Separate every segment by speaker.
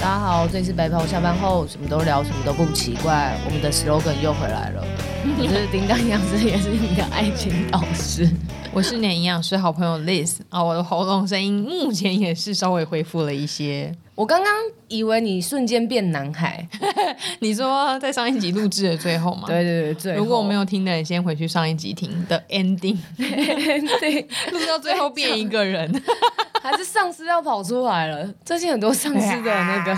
Speaker 1: 大家好，这里是白袍下班后，什么都聊，什么都不奇怪。我们的 slogan 又回来了，我是叮当营养师，也是你的爱情导师。
Speaker 2: 我是你的营养师好朋友 Liz 啊，我的喉咙声音目前也是稍微恢复了一些。
Speaker 1: 我刚刚以为你瞬间变男孩，
Speaker 2: 你说在上一集录制的最后嘛？
Speaker 1: 对对对，最后
Speaker 2: 如果我没有听的人，先回去上一集听的 ending，
Speaker 1: 对，
Speaker 2: 录到最后变一个人，
Speaker 1: 还是丧尸要跑出来了。最近很多丧尸的那个，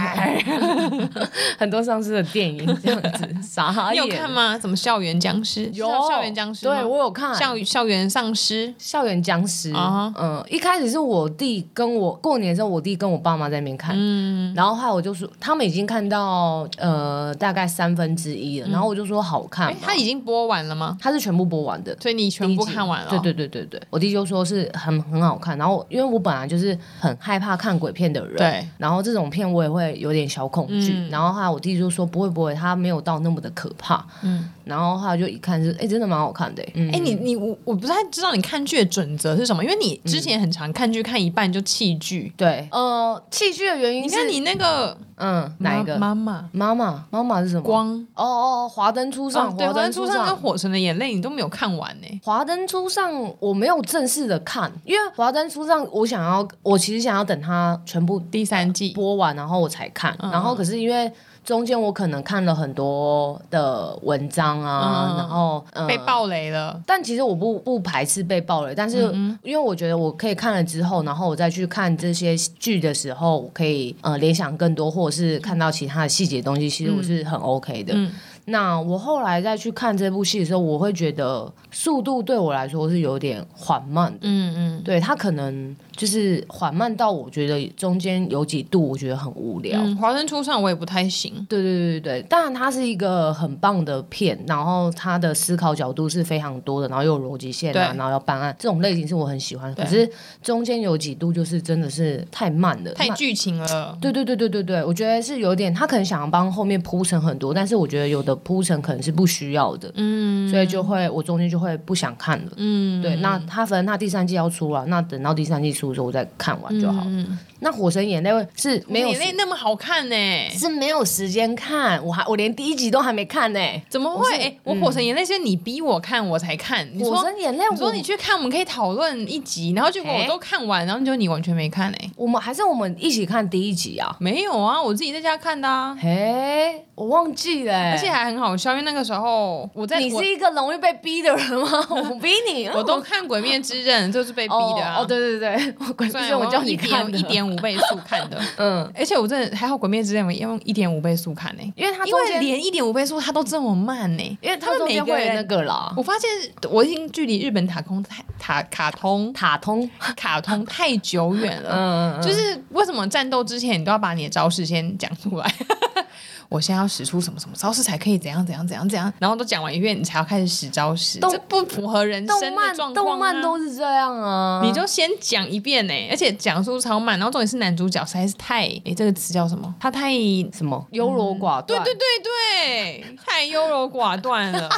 Speaker 1: 很多丧尸的电影这样子，傻
Speaker 2: 你
Speaker 1: 眼。
Speaker 2: 有看？吗？什么校园僵尸？
Speaker 1: 有
Speaker 2: 是叫校园僵尸吗，
Speaker 1: 对我有看
Speaker 2: 校校园丧尸。
Speaker 1: 校园僵尸，
Speaker 2: 啊
Speaker 1: 嗯、一开始是我弟跟我过年的时候，我弟跟我爸妈在那边看，
Speaker 2: 嗯，
Speaker 1: 然后后来我就说他们已经看到呃大概三分之一了，然后我就说好看
Speaker 2: 哎
Speaker 1: 嘛，，
Speaker 2: 它已经播完了吗？
Speaker 1: 他是全部播完的，
Speaker 2: 所以你全部
Speaker 1: 第一季
Speaker 2: 看完了？哦
Speaker 1: 对对对对对，我弟就说是很很好看，然后因为我本来就是很害怕看鬼片的人，
Speaker 2: 对，
Speaker 1: 然后这种片我也会有点小恐惧，
Speaker 2: 嗯
Speaker 1: 然后后来我弟就说不会不会，他没有到那么的可怕，
Speaker 2: 嗯
Speaker 1: 嗯，然后后来就一看是哎、真的蛮好看的、嗯，
Speaker 2: 哎、你你我我不太知道你看剧的准则是什么，因为你之前很常看剧看一半就弃剧。
Speaker 1: 对，呃，弃剧的原因
Speaker 2: 你
Speaker 1: 是
Speaker 2: 看你那个
Speaker 1: 嗯哪一个
Speaker 2: 妈妈
Speaker 1: 妈妈妈妈是什么？
Speaker 2: 光嗯
Speaker 1: 哦哦，哦华灯初上，
Speaker 2: 对，《
Speaker 1: 华
Speaker 2: 华灯
Speaker 1: 灯
Speaker 2: 初
Speaker 1: 初
Speaker 2: 上》跟
Speaker 1: 上
Speaker 2: 《火神的眼泪》你都没有看完呢、
Speaker 1: 华灯初上，我没有正式的看，因为华灯初上，我想要，我其实想要等它全部
Speaker 2: 第三季
Speaker 1: 播完，然后我才看。
Speaker 2: 嗯
Speaker 1: 然后可是因为中间我可能看了很多的文章啊，
Speaker 2: 嗯
Speaker 1: 然后、呃、
Speaker 2: 被爆雷了，
Speaker 1: 但其实我不不排斥被爆雷，但是因为我觉得我可以看了之后，然后我再去看这些剧的时候，我可以呃联想更多，或者是看到其他的细节东西，其实我是很 OK 的。
Speaker 2: 嗯
Speaker 1: 那我后来再去看这部戏的时候，我会觉得速度对我来说是有点缓慢的。
Speaker 2: 嗯嗯，
Speaker 1: 对它可能就是缓慢到我觉得中间有几度我觉得很无聊，
Speaker 2: 嗯，《华灯初上》我也不太行，
Speaker 1: 对对对对对，当然它是一个很棒的片，然后它的思考角度是非常多的，然后又有逻辑线啊，
Speaker 2: 对
Speaker 1: 然后要办案，这种类型是我很喜欢。
Speaker 2: 对
Speaker 1: 可是中间有几度就是真的是太慢了，
Speaker 2: 太
Speaker 1: 慢
Speaker 2: 剧情了，
Speaker 1: 对对对对对对，我觉得是有点，他可能想要帮后面铺陈很多，但是我觉得有的铺陈可能是不需要的，嗯，所以就会我中间就会不想看了，嗯，对。那他反正他第三季要出了，那等到第三季出的时候我再看完就好。
Speaker 2: 嗯，
Speaker 1: 那《火神眼泪》是没有
Speaker 2: 眼泪那么好看呢、
Speaker 1: 是没有时间看，我还我连第一集都还没看呢、
Speaker 2: 怎么会？哎、我《火神眼泪》是你逼我看，我才看。你
Speaker 1: 火
Speaker 2: 说，
Speaker 1: 神眼泪，
Speaker 2: 你说你去看，我们可以讨论一集，然后结果我
Speaker 1: 哎
Speaker 2: 都看完，然后就你完全没看哎、
Speaker 1: 我们还是我们一起看第一集啊？
Speaker 2: 没有啊，我自己在家看的啊，
Speaker 1: 嘿，我忘记了、
Speaker 2: 而且还很好笑，因为那个时候我在
Speaker 1: 你
Speaker 2: 我
Speaker 1: 是一个容易被逼的人 吗？我逼你，啊
Speaker 2: 我都看《鬼灭之刃》，就是被逼的啊。
Speaker 1: 哦，哦对对对， 我鬼
Speaker 2: 虽
Speaker 1: 灭
Speaker 2: 然
Speaker 1: 之我
Speaker 2: 用
Speaker 1: 叫
Speaker 2: 一
Speaker 1: 你看
Speaker 2: 点一
Speaker 1: 的，
Speaker 2: 点五倍速看的，
Speaker 1: 嗯，
Speaker 2: 而且我真的还好，《鬼灭之刃》我用一点五倍速看呢、
Speaker 1: 因为他
Speaker 2: 因
Speaker 1: 中
Speaker 2: 为
Speaker 1: 间，
Speaker 2: 连一点五倍速它都这么慢呢、
Speaker 1: 因为
Speaker 2: 他
Speaker 1: 他
Speaker 2: 们
Speaker 1: 中
Speaker 2: 每
Speaker 1: 间
Speaker 2: 个
Speaker 1: 会有那
Speaker 2: 人。
Speaker 1: 个啦，
Speaker 2: 我发现我已经距离日本卡通太卡卡通
Speaker 1: 塔通，
Speaker 2: 卡通太久远了，
Speaker 1: 嗯，嗯
Speaker 2: 就是为什么战斗之前你都要把你的招式先讲出来？ 我现在要使出什么什么招式才可以怎样怎样怎样怎样，然后都讲完一遍，你才要开始使招式，
Speaker 1: 动
Speaker 2: 这不符合人生
Speaker 1: 动
Speaker 2: 的
Speaker 1: 漫
Speaker 2: 状况、啊。
Speaker 1: 动漫都是这样啊，
Speaker 2: 你就先讲一遍呢、而且讲述超慢，然后重点是男主角实在是太……哎、这个词叫什么？他太……对
Speaker 1: 什么优柔寡断，
Speaker 2: 嗯对对对，太优柔寡断了，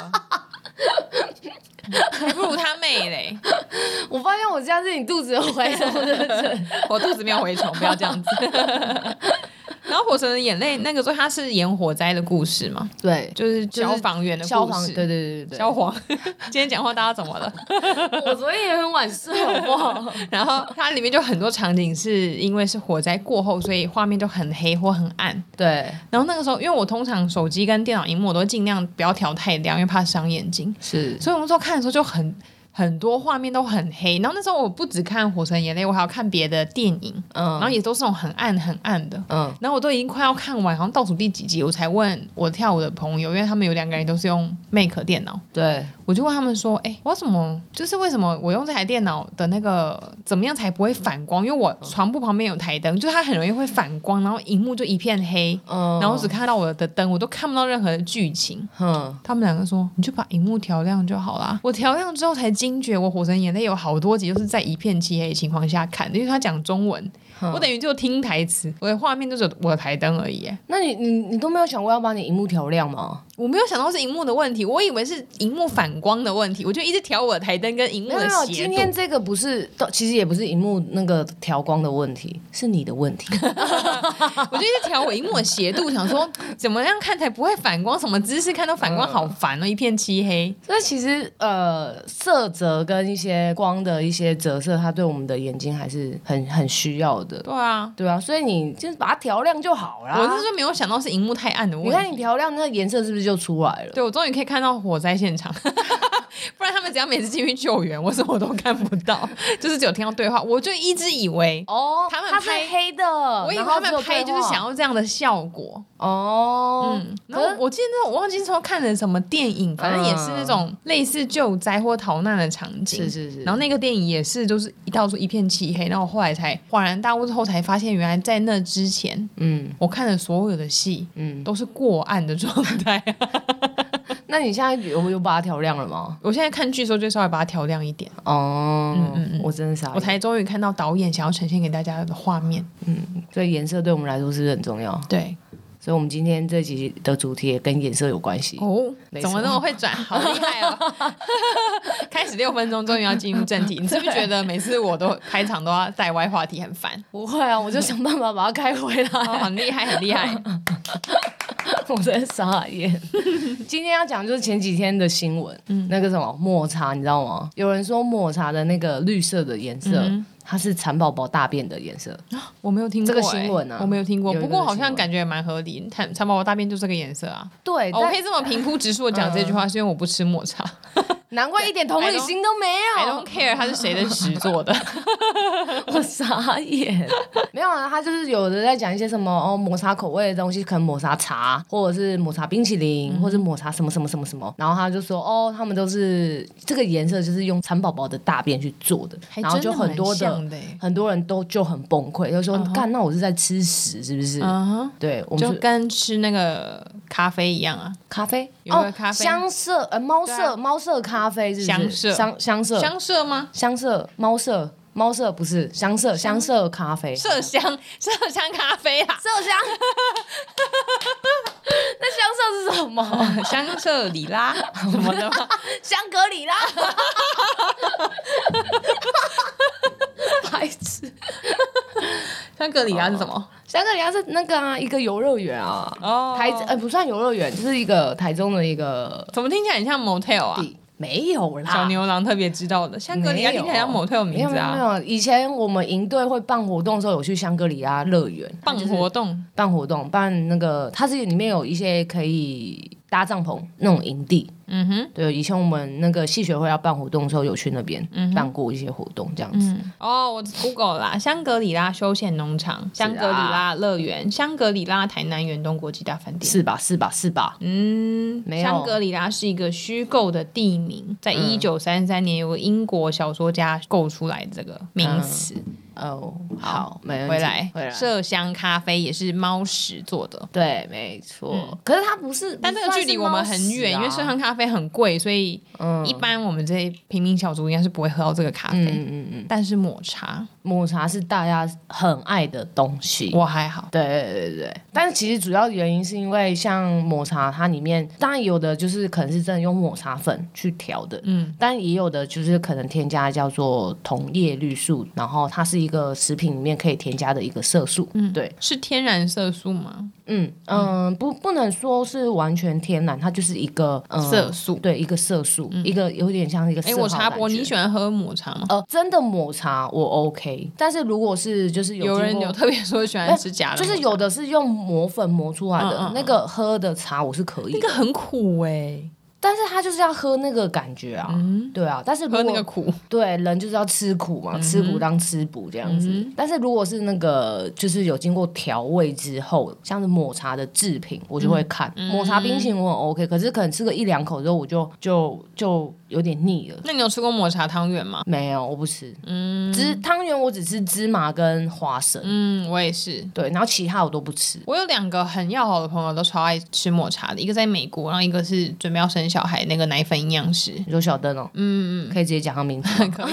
Speaker 2: 还不如他妹 嘞！
Speaker 1: 我发现我这样是你肚子有蛔虫的，
Speaker 2: 我肚子没有蛔虫，不要这样子。 然后《火神的眼泪》那个时候，它是演火灾的故事嘛，
Speaker 1: 对，
Speaker 2: 就是
Speaker 1: 就是
Speaker 2: 消防员的故事。
Speaker 1: 消防，对对对对
Speaker 2: 消防。 今天讲话大家怎么了？
Speaker 1: 对，我昨天也很晚睡，好不好？
Speaker 2: 然后它里面就很多场景是因为是火灾过后，所以画面都很黑或很暗。
Speaker 1: 对，
Speaker 2: 然后那个时候，因为我通常手机跟电脑荧幕我都尽量不要调太亮，因为怕伤眼睛。
Speaker 1: 是
Speaker 2: 所以我那时候看的时候就很很多画面都很黑。然后那时候我不只看《火神眼泪》，我还要看别的电影，然后
Speaker 1: 嗯
Speaker 2: 也都是那种很暗很暗的。
Speaker 1: 嗯，
Speaker 2: 然后我都已经快要看完，好像倒数第几集，我才问我跳舞的朋友，因为他们有两个人都是用 Mac 电脑，
Speaker 1: 对，
Speaker 2: 我就问他们说：“哎、我怎么就是为什么我用这台电脑的那个怎么样才不会反光？因为我床铺旁边有台灯，就是它很容易会反光，然后荧幕就一片黑。”
Speaker 1: 嗯，
Speaker 2: 然后我只看到我的灯，我都看不到任何的剧情。
Speaker 1: 嗯，
Speaker 2: 他们两个说：“你就把荧幕调亮就好啦。”我调亮之后才惊觉，我《火神眼泪》有好多集都是在一片漆黑的情况下看的，因为他讲中文，
Speaker 1: 嗯
Speaker 2: 我等于就听台词，我的画面就是我的台灯而已耶。
Speaker 1: 那你你你都没有想过要把你荧幕调亮吗？
Speaker 2: 我没有想到是荧幕的问题，我以为是荧幕反光的问题，我就一直调我的台灯跟荧幕
Speaker 1: 没
Speaker 2: 的
Speaker 1: 有，啊
Speaker 2: 斜度。
Speaker 1: 今天这个不是，都其实也不是荧幕那个调光的问题，是你的问题。
Speaker 2: 我就一直调我荧幕的斜度，想说怎么样看才不会反光，什么姿势看到
Speaker 1: 嗯
Speaker 2: 反光好烦哦，一片漆黑。
Speaker 1: 所以其实呃，色泽跟一些光的一些折射，它对我们的眼睛还是很很需要的，
Speaker 2: 对啊，
Speaker 1: 对啊，所以你就是把它调亮就好啦。
Speaker 2: 我是说没有想到是荧幕太暗的问
Speaker 1: 你
Speaker 2: 题。
Speaker 1: 看你调亮，那颜色是不是就出来了？
Speaker 2: 对我终于可以看到火灾现场， 不然他们只要每次进去救援，我什么都看不 到，就是只有听到对话。我就一直以为，
Speaker 1: 哦
Speaker 2: 他们
Speaker 1: 它是
Speaker 2: 拍
Speaker 1: 黑的，
Speaker 2: 我以为
Speaker 1: 哦然后
Speaker 2: 他
Speaker 1: 只有
Speaker 2: 们拍就是
Speaker 1: 对话
Speaker 2: 想要这样的效果。
Speaker 1: 哦，
Speaker 2: 嗯，然
Speaker 1: 可
Speaker 2: 后
Speaker 1: 是
Speaker 2: 我记得那种我忘记说看了什么电影，反正也是那种类似救灾或逃难的场景。
Speaker 1: 嗯是是是
Speaker 2: 然后那个电影也是，就是一到处一片漆黑，然后我后来才恍然大悟，之后才发现原来在那之前，
Speaker 1: 嗯
Speaker 2: 我看的所有的戏
Speaker 1: 嗯，
Speaker 2: 都是过暗的状态。
Speaker 1: 那你现在有有把它调亮了吗？
Speaker 2: 我现在看剧的时候就稍微把它调亮一点，
Speaker 1: 哦，
Speaker 2: 嗯嗯嗯
Speaker 1: 我真的傻眼，
Speaker 2: 我才终于看到导演想要呈现给大家的画面。
Speaker 1: 所以颜色对我们来说是不是很重要？
Speaker 2: 对，
Speaker 1: 所以我们今天这集的主题也跟颜色有关系。
Speaker 2: 哦
Speaker 1: 没，
Speaker 2: 怎么那么会转？好厉害哦！ 开始六分钟，终于要进入正题。你是不是觉得每次我都开场都要带歪话题，很烦？
Speaker 1: 不会啊，我 就想办法把它开回
Speaker 2: 哦，
Speaker 1: 来。
Speaker 2: 很厉害，很厉害。
Speaker 1: 我真傻眼。今天要讲就是前几天的新闻，
Speaker 2: 嗯
Speaker 1: 那个什么抹茶，你知道吗？有人说抹茶的那个绿色的颜色，
Speaker 2: 嗯
Speaker 1: 它是蚕宝宝大便的颜色。
Speaker 2: 我没有听过、
Speaker 1: 这个新闻啊
Speaker 2: 欸我没有听过。
Speaker 1: 有一个
Speaker 2: 不过好像感觉也蛮合理。蚕蚕宝宝大便就这个颜色啊。
Speaker 1: 对，
Speaker 2: 哦我
Speaker 1: 但
Speaker 2: 可以这么平铺直述的讲这句话，是因为我不吃抹 茶。
Speaker 1: 难怪一点同理心都没
Speaker 2: I
Speaker 1: 有。
Speaker 2: don't care 它是谁的纸做的。
Speaker 1: 我傻眼， 没有啊，他就是有的在讲一些什么哦抹茶口味的东西，可能抹茶茶，或者是抹茶冰淇淋，
Speaker 2: 嗯
Speaker 1: 或者是抹茶什么什么什么什么，然后他就说哦，他们都是这个颜色就是用蚕宝宝的大便去做的，
Speaker 2: 还
Speaker 1: 然后就
Speaker 2: 真的
Speaker 1: 很多
Speaker 2: 蛮
Speaker 1: 的
Speaker 2: 像的欸
Speaker 1: 很多人都就很崩溃，就说干，那我是在吃屎是不是？
Speaker 2: 嗯哼，
Speaker 1: 对，我们
Speaker 2: 就是跟吃那个咖啡一样啊。
Speaker 1: 咖啡
Speaker 2: 有个咖
Speaker 1: 哦，
Speaker 2: 啡
Speaker 1: 香色呃猫
Speaker 2: 对啊
Speaker 1: 色猫色咖啡是不是？
Speaker 2: 香色
Speaker 1: 香香色
Speaker 2: 香麝吗？
Speaker 1: 香色猫色猫色不是香色香色咖啡
Speaker 2: 麝香， 麝香咖啡啊，
Speaker 1: 麝香， 那香色是什么？
Speaker 2: 香麝里拉 什么的 吗？
Speaker 1: 香格里拉，白痴！
Speaker 2: 香格里拉是什么？
Speaker 1: 香格里拉是那个啊，一个游乐园啊，
Speaker 2: 哦
Speaker 1: 台呃不算游乐园，就是一个台中的一个
Speaker 2: 怎么听起来很像 motel 啊？
Speaker 1: 地，没有啦，
Speaker 2: 小牛郎特别知道的，香格里拉
Speaker 1: 没有
Speaker 2: 听起来像 motel 的
Speaker 1: 没有
Speaker 2: 名字
Speaker 1: 没有没
Speaker 2: 啊。
Speaker 1: 有，以前我们营队会办活动的时候，有去香格里拉乐园
Speaker 2: 办
Speaker 1: 就是
Speaker 2: 活动，
Speaker 1: 办活动，办那个它是里面有一些可以搭帐篷那种营地。
Speaker 2: 嗯哼，
Speaker 1: 对，以前我们那个戏学会要办活动的时候，有去那边办过一些活动，这样子。
Speaker 2: 嗯，哦，我 Google 啦，香格里拉休闲农场、
Speaker 1: 啊
Speaker 2: 香格里拉乐园、香格里拉台南远东国际大饭店。
Speaker 1: 是吧？是吧？是吧？
Speaker 2: 嗯，
Speaker 1: 没有嗯
Speaker 2: 香格里拉是一个虚构的地名，在一九三三年有个英国小说家构出来这个名词。
Speaker 1: 哦，好，没问题
Speaker 2: 回来，
Speaker 1: 回来。
Speaker 2: 麝香咖啡也是猫屎做的，
Speaker 1: 对，没错。可是它不是，
Speaker 2: 嗯但这个
Speaker 1: 不算
Speaker 2: 距
Speaker 1: 是
Speaker 2: 离我们
Speaker 1: 猫屎
Speaker 2: 很远，
Speaker 1: 啊
Speaker 2: 因为麝香咖啡很贵，所以
Speaker 1: 嗯
Speaker 2: 一般我们这些平民小卒应该是不会喝到这个咖
Speaker 1: 嗯
Speaker 2: 啡。
Speaker 1: 嗯嗯，
Speaker 2: 但是抹茶
Speaker 1: 抹茶是大家很爱的东西。
Speaker 2: 我还好，
Speaker 1: 对对对对对，但是其实主要原因是因为像抹茶，它里面当然有的就是可能是真的用抹茶粉去调的，
Speaker 2: 嗯，
Speaker 1: 但也有的就是可能添加叫做铜叶绿素，然后它是一个食品里面可以添加的一个色素，嗯，对，
Speaker 2: 是天然色素吗？
Speaker 1: 嗯嗯、不不能说是完全天然，它就是一个、呃
Speaker 2: 色素
Speaker 1: 对，一个色素，一个有点像一个色嗯
Speaker 2: 哎，
Speaker 1: 号的
Speaker 2: 我插
Speaker 1: 感
Speaker 2: 播，
Speaker 1: 觉
Speaker 2: 你喜欢喝抹茶吗？
Speaker 1: 呃真的抹茶我 OK，但是如果是就是有
Speaker 2: 有人
Speaker 1: 经过哎
Speaker 2: 有特别说喜欢吃假的抹
Speaker 1: 就
Speaker 2: 茶，
Speaker 1: 是有的是用磨粉磨出来的，
Speaker 2: 嗯嗯嗯
Speaker 1: 那个喝的茶我是可以
Speaker 2: 那
Speaker 1: 的，
Speaker 2: 个很苦
Speaker 1: 欸
Speaker 2: 哎，
Speaker 1: 但是他就是要喝那个感觉啊，对啊，但是如果
Speaker 2: 嗯喝那个苦，
Speaker 1: 对人就是要吃苦嘛，吃
Speaker 2: 嗯
Speaker 1: 苦当吃补这样子。但是如果是那个就是有经过调味之后，像是抹茶的制品，我就会
Speaker 2: 嗯
Speaker 1: 看、抹茶冰淇淋我很 OK，可是可能吃个一两口之后，我就就就有点腻了。
Speaker 2: 那你有吃过抹茶汤圆吗？
Speaker 1: 没有，我不吃。嗯，只汤圆我只吃芝麻跟花生，
Speaker 2: 嗯，我也是。
Speaker 1: 对，然后其他我都不吃。
Speaker 2: 我有两个很要好的朋友都超爱吃抹茶的，一个在美国，然后一个是准备要生小孩那个奶粉营养师。
Speaker 1: 你说小灯哦，嗯嗯，可以直接讲他 名字吗，
Speaker 2: 可以，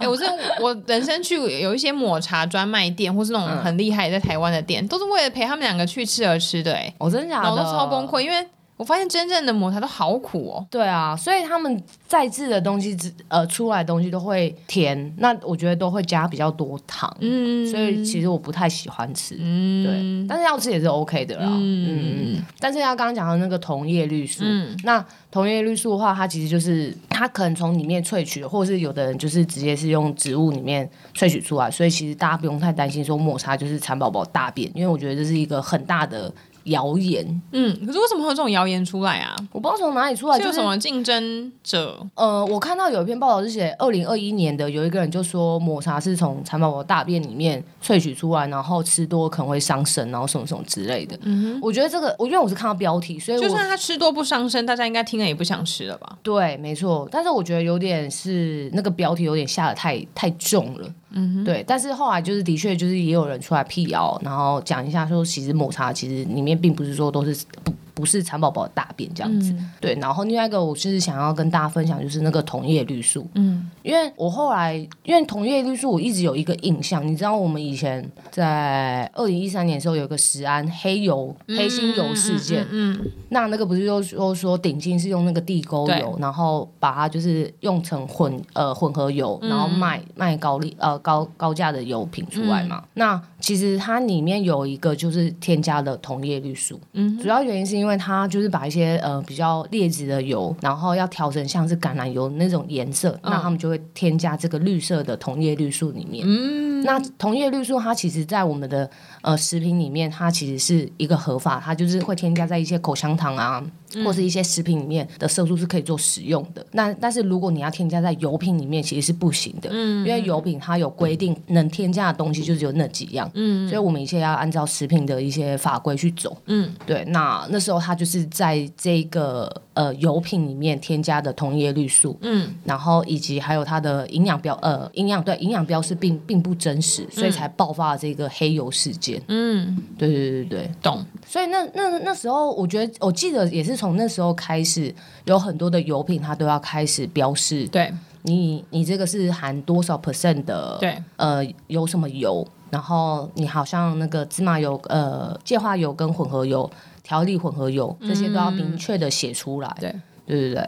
Speaker 2: 哎、我真的我人生去有一些抹茶专卖店，或是那种很厉害在台湾的店，都是为了陪他们两个去吃而吃的、哎，
Speaker 1: 我、哦真的假
Speaker 2: 然
Speaker 1: 的？
Speaker 2: 后都超崩溃，因为我发现真正的抹茶都好苦哦。
Speaker 1: 对啊，所以他们在制的东西之，呃，出来的东西都会甜，那我觉得都会加比较多糖，
Speaker 2: 嗯，
Speaker 1: 所以其实我不太喜欢吃，
Speaker 2: 嗯
Speaker 1: 对，，但是要吃也是 OK 的啦，嗯嗯嗯。但是要刚刚讲的那个铜叶绿素，
Speaker 2: 嗯
Speaker 1: 那铜叶绿素的话，它其实就是它可能从里面萃取，或是有的人就是直接是用植物里面萃取出来，所以其实大家不用太担心说抹茶就是蚕宝宝大便，因为我觉得这是一个很大的谣言，
Speaker 2: 嗯，可是为什么会有这种谣言出来啊？
Speaker 1: 我不知道从哪里出来，
Speaker 2: 是
Speaker 1: 就
Speaker 2: 有
Speaker 1: 是
Speaker 2: 什么竞争者？
Speaker 1: 呃，我看到有一篇报道是写，二零二一年的有一个人就说抹茶是从蚕宝宝大便里面萃取出来，然后吃多可能会伤身，然后什么什么之类的。我觉得这个，我因为我是看到标题，所以
Speaker 2: 嗯就
Speaker 1: 我
Speaker 2: 算他吃多不伤身，大家应该听了也不想吃了吧？
Speaker 1: 对，没错。但是我觉得有点是那个标题有点下的太太重了，嗯，对。但是后来就是的确就是也有人出来辟谣，然后讲一下说，其实抹茶其实里面并不是说都是不不是蚕宝宝的大便这样子，
Speaker 2: 嗯
Speaker 1: 对。然后另外一个我是想要跟大家分享就是那个铜叶绿素，嗯，因为我后来因为铜叶绿素我一直有一个印象，你知道我们以前在二零一三年的时候有一个食安黑油黑心油事件，
Speaker 2: 嗯，嗯嗯
Speaker 1: 那那个不是就说说顶金是用那个地沟油，然后把它就是用成混呃混合油，然后卖、卖高利呃高高价的油品出来嘛。那其实它里面有一个就是添加了铜叶绿素，嗯，主要原因是因为它就是把一些呃比较劣质的油，然后要调成像是橄榄油那种颜色，那他们就会添加这个绿色的铜叶绿素里面。嗯，那铜叶绿素它其实在我们的呃食品里面，它其实是一个合法，它就是会添加在一些口香糖啊，或
Speaker 2: 嗯
Speaker 1: 是一些食品里面的色素是可以做使用的。那但是如果你要添加在油品里面，其实是不行的，
Speaker 2: 嗯
Speaker 1: 因为油品它有规定能添加的东西就只有那几样，所以我们一切要按照食品的一些法规去走。
Speaker 2: 嗯
Speaker 1: 对，那那时候它就是在这个呃油品里面添加的铜叶绿素，
Speaker 2: 嗯
Speaker 1: 然后以及还有它的营养标呃营养对营养标示并并不真实，所以才爆发了这个黑油事件。
Speaker 2: 嗯，
Speaker 1: 对对对对对，
Speaker 2: 懂。
Speaker 1: 所以那那那时候，我觉得我记得也是从那时候开始，有很多的油品它都要开始标示
Speaker 2: 对
Speaker 1: 你你这个是含多少 percent 的
Speaker 2: 对，
Speaker 1: 呃有什么油，然后你好像那个芝麻油呃芥花油跟混合油、调理混合油这些都要明确的写出来。
Speaker 2: 对
Speaker 1: 对对对。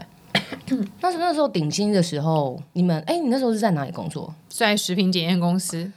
Speaker 1: 那时候那时候顶薪的时候，你们哎、你那时候是在哪里工作？
Speaker 2: 在食品检验公司，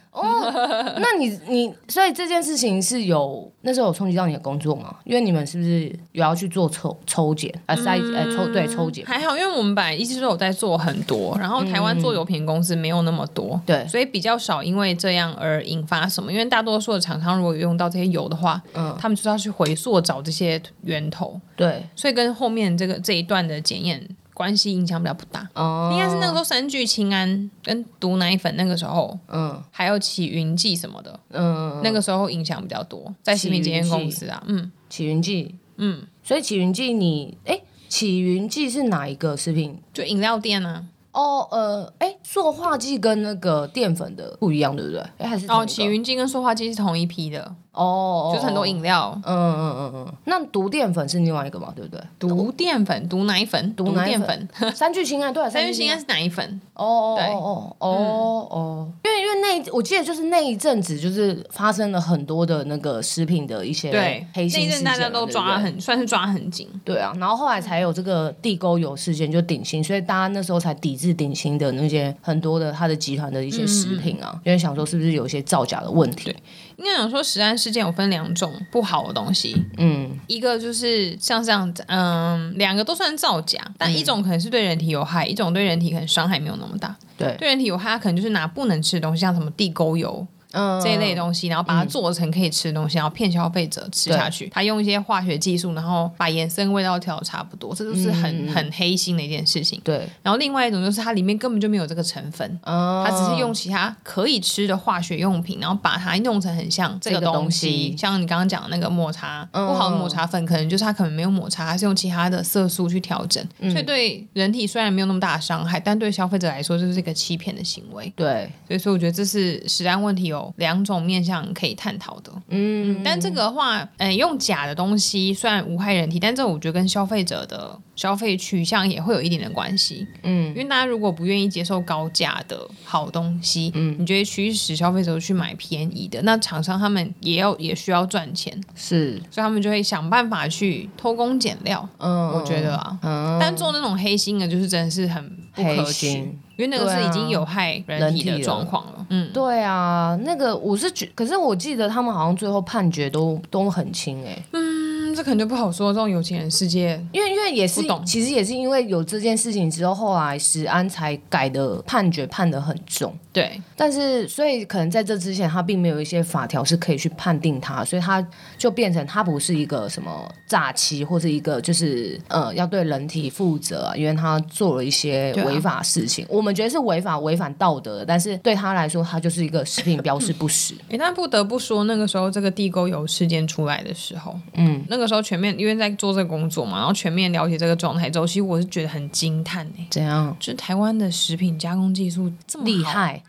Speaker 1: 那你你所以这件事情是有那时候有冲击到你的工作吗？因为你们是不是有要去做抽抽检啊？筛呃抽对抽检
Speaker 2: 还好，因为我们本来一直都有在做很多，然后台湾做油品公司没有那么多，
Speaker 1: 嗯对
Speaker 2: 所以比较少因为这样而引发什么。因为大多数的厂商如果有用到这些油的话，
Speaker 1: 嗯
Speaker 2: 他们就是要去回溯找这些源头，
Speaker 1: 对
Speaker 2: 所以跟后面这个这一段的检验关系影响比较不大。
Speaker 1: 哦，
Speaker 2: 应该是那个时候三聚氰胺跟毒奶粉那个时候，
Speaker 1: 嗯
Speaker 2: 还有起云剂什么的，
Speaker 1: 嗯
Speaker 2: 那个时候影响比较多，在食品检验公司啊，嗯，
Speaker 1: 起云剂嗯，所以起云剂你哎、起云剂是哪一个食品？
Speaker 2: 就饮料店啊，
Speaker 1: 哦呃哎、塑化剂跟那个淀粉的不一样对不对？哎、还是同一
Speaker 2: 哦，
Speaker 1: 个
Speaker 2: 起云剂跟塑化剂是同一批的，
Speaker 1: 哦哦，
Speaker 2: 就是很多饮料，
Speaker 1: 嗯嗯嗯嗯，那毒淀粉是另外一个嘛对不 对？
Speaker 2: 毒淀粉、毒奶粉、毒
Speaker 1: 奶
Speaker 2: 淀
Speaker 1: 粉
Speaker 2: 粉，
Speaker 1: 三啊聚氰胺对
Speaker 2: 三聚
Speaker 1: 氰
Speaker 2: 氰胺是奶粉，
Speaker 1: 哦
Speaker 2: 对嗯
Speaker 1: 哦哦哦哦，因为因为那一我记得就是那一阵子就是发生了很多的那个食品的一些
Speaker 2: 对，那
Speaker 1: 黑心
Speaker 2: 一
Speaker 1: 事
Speaker 2: 阵
Speaker 1: 件，
Speaker 2: 大家都抓
Speaker 1: 对不对
Speaker 2: 很，算是抓很紧，
Speaker 1: 对啊，然后后来才有这个地沟油事件，就顶新，所以大家那时候才抵制顶新的那些很多的它的集团的一些食品
Speaker 2: 嗯
Speaker 1: 啊，因为想说是不是有一些造假的问题，
Speaker 2: 应该讲说，食安事件有分两种不好的东西，
Speaker 1: 嗯
Speaker 2: 一个就是像这样子，嗯，两个都算造假，
Speaker 1: 嗯
Speaker 2: 但一种可能是对人体有害，一种对人体可能伤害没有那么大。
Speaker 1: 对，
Speaker 2: 对人体有害，它可能就是拿不能吃的东西，像什么地沟油
Speaker 1: 嗯
Speaker 2: 这一类东西，然后把它做成可以吃的东西，然后骗消费者吃下去。他用一些化学技术，然后把颜色跟味道调得差不多，这就是
Speaker 1: 嗯
Speaker 2: 很、很黑心的一件事情。
Speaker 1: 对，
Speaker 2: 然后另外一种就是它里面根本就没有这个成分。
Speaker 1: 嗯
Speaker 2: 它只是用其他可以吃的化学用品，然后把它弄成很像这个
Speaker 1: 这个
Speaker 2: 东
Speaker 1: 东
Speaker 2: 西。
Speaker 1: 西
Speaker 2: 像你刚刚讲的那个抹茶，
Speaker 1: 嗯
Speaker 2: 不好的抹茶粉可能就是它可能没有抹茶，它是用其他的色素去调整，所以对人体虽然没有那么大的伤害，但对消费者来说就是一个欺骗的行为。
Speaker 1: 对
Speaker 2: 所以说，我觉得这是食安问题有、有两种面向可以探讨的。嗯，但这个的话，嗯、用假的东西虽然无害人体，但这我觉得跟消费者的消费取向也会有一点的关系。嗯，因为大家如果不愿意接受高价的好东西，嗯，你就会驱使消费者去买便宜的。那厂商他们也要也需要赚钱，
Speaker 1: 是，
Speaker 2: 所以他们就会想办法去偷工减料。
Speaker 1: 嗯，
Speaker 2: 我觉得啊，
Speaker 1: 嗯，
Speaker 2: 但做那种黑心的，就是真的是很不
Speaker 1: 黑
Speaker 2: 可取，
Speaker 1: 心
Speaker 2: 因为那个
Speaker 1: 对
Speaker 2: 是
Speaker 1: 啊
Speaker 2: 已经有害人
Speaker 1: 人
Speaker 2: 体
Speaker 1: 体
Speaker 2: 的
Speaker 1: 了
Speaker 2: 状况了。嗯，
Speaker 1: 对啊，那个我是觉，可是我记得他们好像最后判决都都很轻哎、
Speaker 2: 嗯，这可能就不好说。这种有钱人世界，
Speaker 1: 因为因为也是
Speaker 2: 不懂，
Speaker 1: 其实也是因为有这件事情之后，后来石安才改的判决判得很重，
Speaker 2: 对，
Speaker 1: 但是所以可能在这之前，他并没有一些法条是可以去判定他，所以他就变成他不是一个什么诈欺，或是一个就是呃要对人体负责、啊，因为他做了一些
Speaker 2: 对啊
Speaker 1: 违法事情，我们觉得是违法违反道德的，但是对他来说，他就是一个食品标示不 实，
Speaker 2: 诶，但不得不说，那个时候这个地沟油事件出来的时候，
Speaker 1: 嗯，
Speaker 2: 那个时候全面因为在做这个工作嘛，然后全面了解这个状态之后，其实我是觉得很惊叹诶，
Speaker 1: 怎样？
Speaker 2: 就是台湾的食品加工技术这么好
Speaker 1: 厉，害，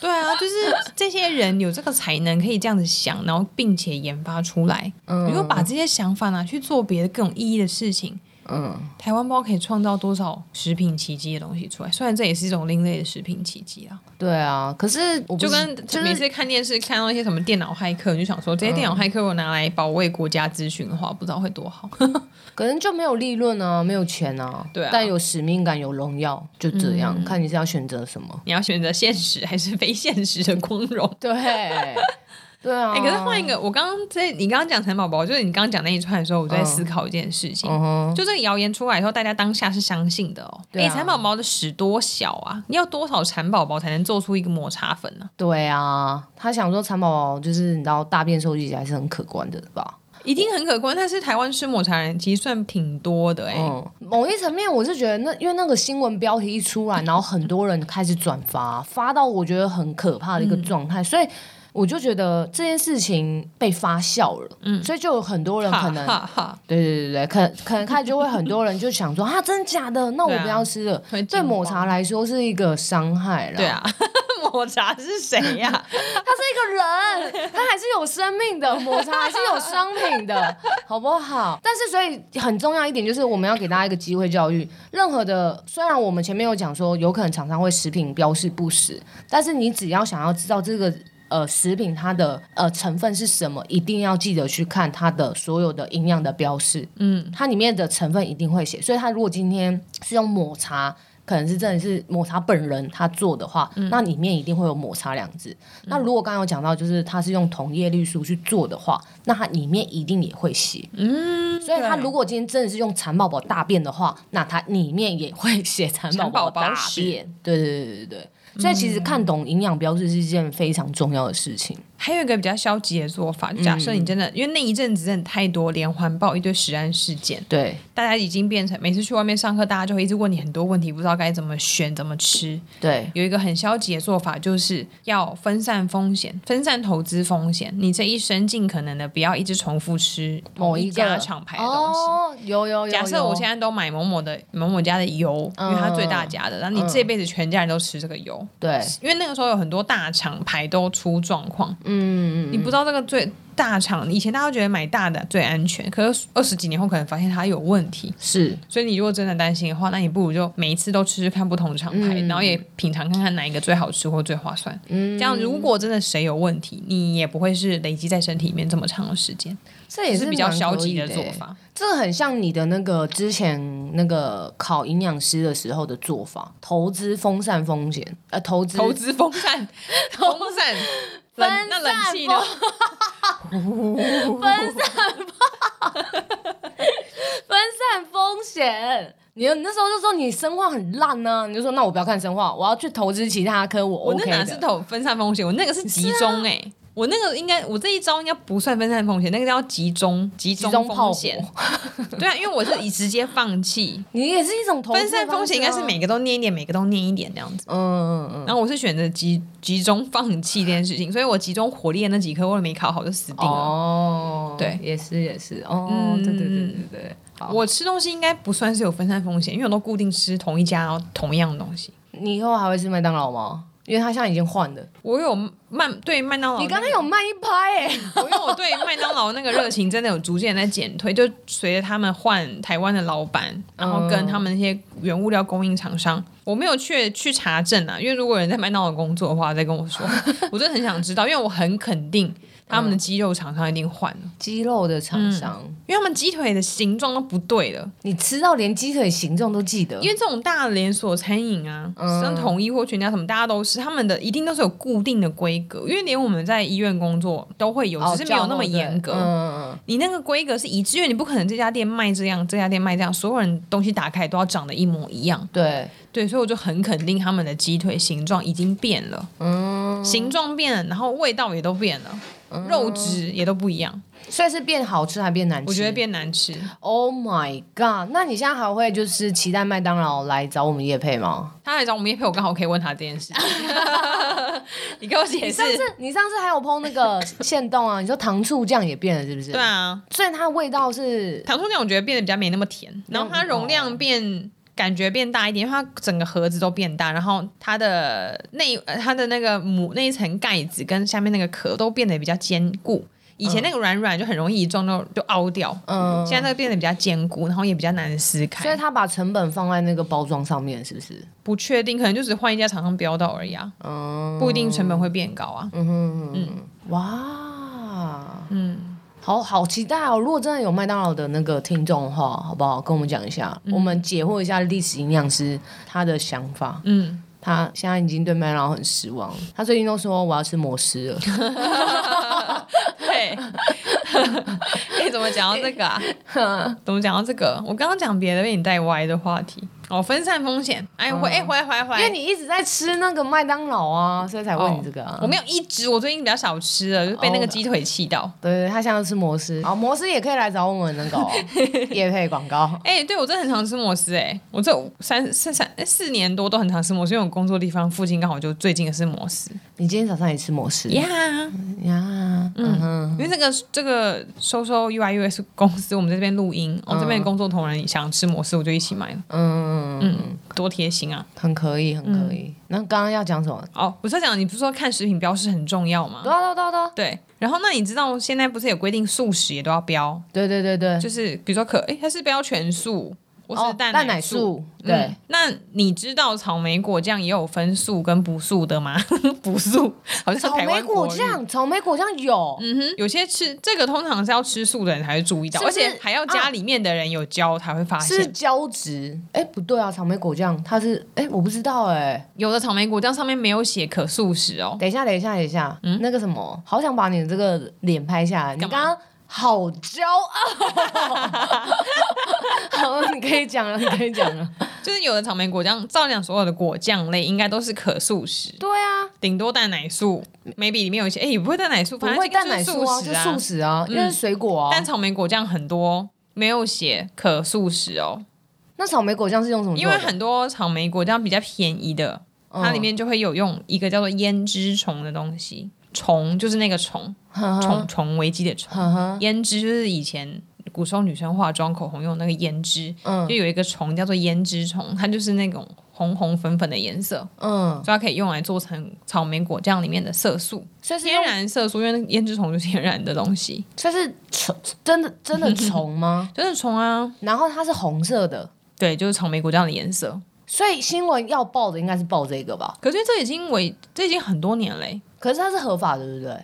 Speaker 2: 对啊，就是这些人有这个才能，可以这样子想，然后并且研发出来。
Speaker 1: 嗯
Speaker 2: 如果把这些想法拿去做别的更有意义的事情，
Speaker 1: 嗯，
Speaker 2: 台湾不知道可以创造多少食品奇迹的东西出来。虽然这也是一种另类的食品奇迹啊，
Speaker 1: 对啊，可是我不
Speaker 2: 就是跟
Speaker 1: 就
Speaker 2: 每
Speaker 1: 是嗯
Speaker 2: 次看电视看到一些什么电脑骇客，你就想说，这些电脑骇客我拿来保卫国家资讯的话，不知道会多好。
Speaker 1: 可能就没有利润啊，没有钱啊，
Speaker 2: 对啊嗯
Speaker 1: 但有使命感，有荣耀，就这样，看你是要选择什么。
Speaker 2: 你要选择现实还是非现实的光荣？
Speaker 1: 对， 对啊。
Speaker 2: 哎、可是换一个，我刚刚在你刚刚讲陈宝宝，就是你刚刚讲那一串的时候，我就在思考一件事情，
Speaker 1: 嗯哼，
Speaker 2: 就这个谣言出来以后，大家当下是相信的哦。
Speaker 1: 对
Speaker 2: 哎、
Speaker 1: 啊
Speaker 2: 蚕宝宝的屎多小啊？你要多少蚕宝宝才能做出一个抹茶粉呢、
Speaker 1: 对啊，他想说蚕宝宝就是你知道大便收集起来是很可观的吧？
Speaker 2: 一定很可观，但是台湾吃抹茶人其实算挺多的哎、
Speaker 1: 嗯，某一层面我是觉得那因为那个新闻标题一出来，然后很多人开始转发，发到我觉得很可怕的
Speaker 2: 嗯
Speaker 1: 一个状态，所以。我就觉得这件事情被发酵了，嗯，所以就有很多人可
Speaker 2: 哈
Speaker 1: 能
Speaker 2: 哈哈，
Speaker 1: 对对对对，可可能开始就会很多人就想说啊，真假 的，那
Speaker 2: 对
Speaker 1: 我
Speaker 2: 啊
Speaker 1: 不要吃了。
Speaker 2: 会
Speaker 1: 对
Speaker 2: 惊
Speaker 1: 抹
Speaker 2: 慌
Speaker 1: 茶来说是一个伤害啦，
Speaker 2: 对，啊， 抹茶是谁呀、
Speaker 1: 他是一个人，他还是有生命的，抹茶还是有商品的，好不好？但是所以很重要一点就是我们要给大家一个机会教育，任何的虽然我们前面有讲说有可能厂商会食品标示不实，但是你只要想要知道这个。呃，食品它的呃成分是什么，一定要记得去看它的所有的营养的标示。它里面的成分一定会写，所以它如果今天是用抹茶，可能是真的是抹茶本人他做的话，
Speaker 2: 嗯
Speaker 1: 那里面一定会有抹茶两字。那如果刚刚有讲到，就是它是用同叶绿素去做的话，那它里面一定也会写。嗯，所以它
Speaker 2: 对
Speaker 1: 如果今天真的是用蚕宝宝大便的话，那它里面也会写蚕宝
Speaker 2: 啊蚕宝宝
Speaker 1: 大
Speaker 2: 屎
Speaker 1: 便。对对对对对。所以其实看懂营养标志是一件非常重要的事情。
Speaker 2: 还有一个比较消极的做法，就假
Speaker 1: 嗯
Speaker 2: 设你真的，因为那一阵子真的太多连环爆一堆食安事件，
Speaker 1: 对，
Speaker 2: 大家已经变成每次去外面上课，大家就会一直问你很多问题，不知道该怎么选、怎么吃。
Speaker 1: 对，
Speaker 2: 有一个很消极的做法，就是要分散风险、分散投资风险。你这一生尽可能的不要一直重复吃
Speaker 1: 某
Speaker 2: 一
Speaker 1: 一
Speaker 2: 家
Speaker 1: 个
Speaker 2: 厂牌的东西。
Speaker 1: 哦，有有有。
Speaker 2: 假设我
Speaker 1: 有
Speaker 2: 现在都买某某的某某家的油，因为它最大家
Speaker 1: 嗯
Speaker 2: 的，然后你这辈子全家人都吃这个油，
Speaker 1: 对，
Speaker 2: 因为那个时候有很多大厂牌都出状况，
Speaker 1: 嗯。
Speaker 2: 你不知道这个最大厂，以前大家都觉得买大的最安全，可是二十几年后可能发现它有问题，
Speaker 1: 是，
Speaker 2: 所以你如果真的担心的话，那你不如就每一次都吃吃看不同厂牌，
Speaker 1: 嗯
Speaker 2: 然后也品尝看看哪一个最好吃或最划算。这样如果真的谁有问题，你也不会是累积在身体里面这么长的时间，
Speaker 1: 这也
Speaker 2: 这
Speaker 1: 是
Speaker 2: 比较
Speaker 1: 蛮
Speaker 2: 消
Speaker 1: 可
Speaker 2: 极
Speaker 1: 以
Speaker 2: 的
Speaker 1: 的
Speaker 2: 做
Speaker 1: 欸。
Speaker 2: 法。
Speaker 1: 这很像你的那个之前那个考营养师的时候的做法，投资风扇风险，呃，投资
Speaker 2: 投资 风扇，风扇，冷
Speaker 1: 分
Speaker 2: 那
Speaker 1: 散
Speaker 2: 冷气呢？
Speaker 1: 分散风险。你你那时候就说你生化很烂呢、你就说那我不要看生化，我要去投资其他科，我
Speaker 2: 我那
Speaker 1: OK
Speaker 2: 哪是
Speaker 1: 的。啊
Speaker 2: 投分散风险？我那个是集中哎、我那个应该，我这一招应该不算分散风险，那个叫集中集
Speaker 1: 集
Speaker 2: 中
Speaker 1: 中炮
Speaker 2: 风
Speaker 1: 火
Speaker 2: 险。对啊，因为我是以直接放弃，
Speaker 1: 你也是一 种投资、啊
Speaker 2: 分散风险应该是，每个都念一点，每个都念一点这样子。
Speaker 1: 嗯嗯嗯，
Speaker 2: 然后我是选择集集中放弃这件事情，所以我集中火力的那几科我也没考好就死定了。
Speaker 1: 哦，
Speaker 2: 对
Speaker 1: 也是也是，哦，
Speaker 2: 嗯
Speaker 1: 对对对对对，好，
Speaker 2: 我吃东西应该不算是有分散风险，因为我都固定吃同一家然后同样的东西。
Speaker 1: 你以后还会吃麦当劳吗？因为他现在已经换了，
Speaker 2: 我有麦对麦当劳、那个，
Speaker 1: 你刚才有慢一拍哎、欸，
Speaker 2: 哦因为我对麦当劳那个热情真的有逐渐在减退，就随着他们换台湾的老板，然后跟他们那些原物料供应厂商，我没有去去查证啊，因为如果有人在麦当劳工作的话，再跟我说，我真的很想知道，因为我很肯定。他们的鸡肉厂商一定换了，
Speaker 1: 鸡肉的厂商、
Speaker 2: 嗯，因为他们鸡腿的形状都不对了。
Speaker 1: 你吃到连鸡腿形状都记得？
Speaker 2: 因为这种大连锁餐饮啊，嗯、像统一或全家什么，大家都是他们的一定都是有固定的规格。因为连我们在医院工作都会有，只是没哦有那么严格。哦嗯、你那个规格是一致，因为你不可能这家店卖这样，这家店卖这样，所有人东西打开都要长得一模一样。
Speaker 1: 对
Speaker 2: 对，所以我就很肯定他们的鸡腿形状已经变了，嗯，形状变了，然后味道也都变了。肉质也都不一样、
Speaker 1: 嗯，所以是变好吃还变难吃？
Speaker 2: 我觉得变难吃。
Speaker 1: Oh my god！那你现在还会就是期待麦当劳来找我们叶配吗？
Speaker 2: 他来找我们叶配，我刚好可以问他这件事。 你给我解释。
Speaker 1: 你上次你上次还有烹那个 现冻啊？你说糖醋酱也变了是不是？
Speaker 2: 对啊，
Speaker 1: 虽然它味道是
Speaker 2: 糖醋酱，我觉得变得比较没那么甜，然后它容量变。感觉变大一点，因为它整个盒子都变大，然后它的内呃它的那个母那一层盖子跟下面那个壳都变得比较坚固。以前那个软软就很容易一撞就就凹掉，嗯，现在那个变得比较坚固，然后也比较难撕开。
Speaker 1: 所以他把成本放在那个包装上面，是不是？
Speaker 2: 不确定，可能就只换一家厂商标到而已啊，
Speaker 1: 哦
Speaker 2: 嗯，不一定成本会变高啊。嗯哼
Speaker 1: 嗯，哇，嗯。好好期待哦！如果真的有麦当劳的那个听众的话，好不好？跟我们讲一下，嗯、我们解惑一下历史营养师他的想法。嗯，他现在已经对麦当劳很失望，他最近都说我要吃摩斯 了。
Speaker 2: 对，你怎么讲到这个啊？ 怎么讲到这个？我刚刚讲别的被你带歪的话题。哦，分散风险。哎，回哎回来回来回来，
Speaker 1: 嗯因为你一直在吃那个麦当劳啊，所以才问你这个、啊
Speaker 2: 哦。我没有一直，我最近比较少吃了，就被那个鸡腿气到。哦、
Speaker 1: 对对，他现在吃摩斯，好、哦，摩斯也可以来找我们那个 夜配广告。
Speaker 2: 哎，对我真的很常吃摩斯哎、欸，我这三三三哎四年多都很常吃摩斯，因为我工作地方附近刚好就最近的是摩斯。
Speaker 1: 你今天早上也吃摩斯？
Speaker 2: 呀 呀，嗯，因为这个这个收收 U I U S 公司，我们这边录音，我、嗯、这边工作同仁想吃摩斯，我就一起买了。嗯。嗯，多贴心啊，
Speaker 1: 很可以，很可以。那刚刚要讲什么？
Speaker 2: 哦，我在讲，你不是说看食品标示很重要吗？
Speaker 1: 对啊，对啊，对啊。
Speaker 2: 对，然后那你知道现在不是有规定素食也都要标？
Speaker 1: 对对对对，哦
Speaker 2: 就是比如说可，哎，它是标全素，我是
Speaker 1: 蛋
Speaker 2: 奶嗯
Speaker 1: 素。对，
Speaker 2: 那你知道草莓果酱也有分素跟不素的吗？ 不素好像
Speaker 1: 草莓果酱，草莓果酱有。
Speaker 2: 嗯哼，有些吃这个通常是要吃素的人才会注意到，而且还要家里面的人有教才会发现
Speaker 1: 是胶质。哎，不对啊，草莓果酱它是哎，我不知道哎，
Speaker 2: 有的草莓果酱上面没有写可素食哦。
Speaker 1: 等一下，等一下，等一下，
Speaker 2: 嗯
Speaker 1: 那个什么，好想把你这个脸拍下来，你刚刚。好骄傲！ 好，你可以讲了，你可以讲了。
Speaker 2: 就是有的草莓果酱，照讲所有的果酱类应该都是可素食。
Speaker 1: 对啊，
Speaker 2: 顶多蛋奶素，maybe 里面有一些，哎、欸，也不会蛋奶素，反正
Speaker 1: 会蛋奶素
Speaker 2: 啊，嗯
Speaker 1: 就素食啊，因为水果啊。
Speaker 2: 但草莓果酱很多没有写可素食哦。
Speaker 1: 那草莓果酱是用什么？
Speaker 2: 因为很多草莓果酱比较便宜的，
Speaker 1: 嗯
Speaker 2: 它里面就会有用一个叫做胭脂虫的东西。虫就是那个虫，
Speaker 1: 嗯
Speaker 2: 虫虫危机的虫，胭脂就是以前古时候女生化妆口红用那个胭脂，嗯、就有一个虫叫做胭脂虫，它就是那种红红粉粉的颜色，嗯，所以它可以用来做成草莓果酱里面的色素，
Speaker 1: 所以是
Speaker 2: 天然色素，因为胭脂虫就是天然的东西，
Speaker 1: 所以是虫，真的真 的虫吗？
Speaker 2: 真的虫啊，
Speaker 1: 然后它是红色的，
Speaker 2: 对，就是草莓果酱的颜色，
Speaker 1: 所以新闻要报的应该是报这个吧？
Speaker 2: 可是这已经为这已经很多年嘞、欸。
Speaker 1: 可是它是合法的，对不对？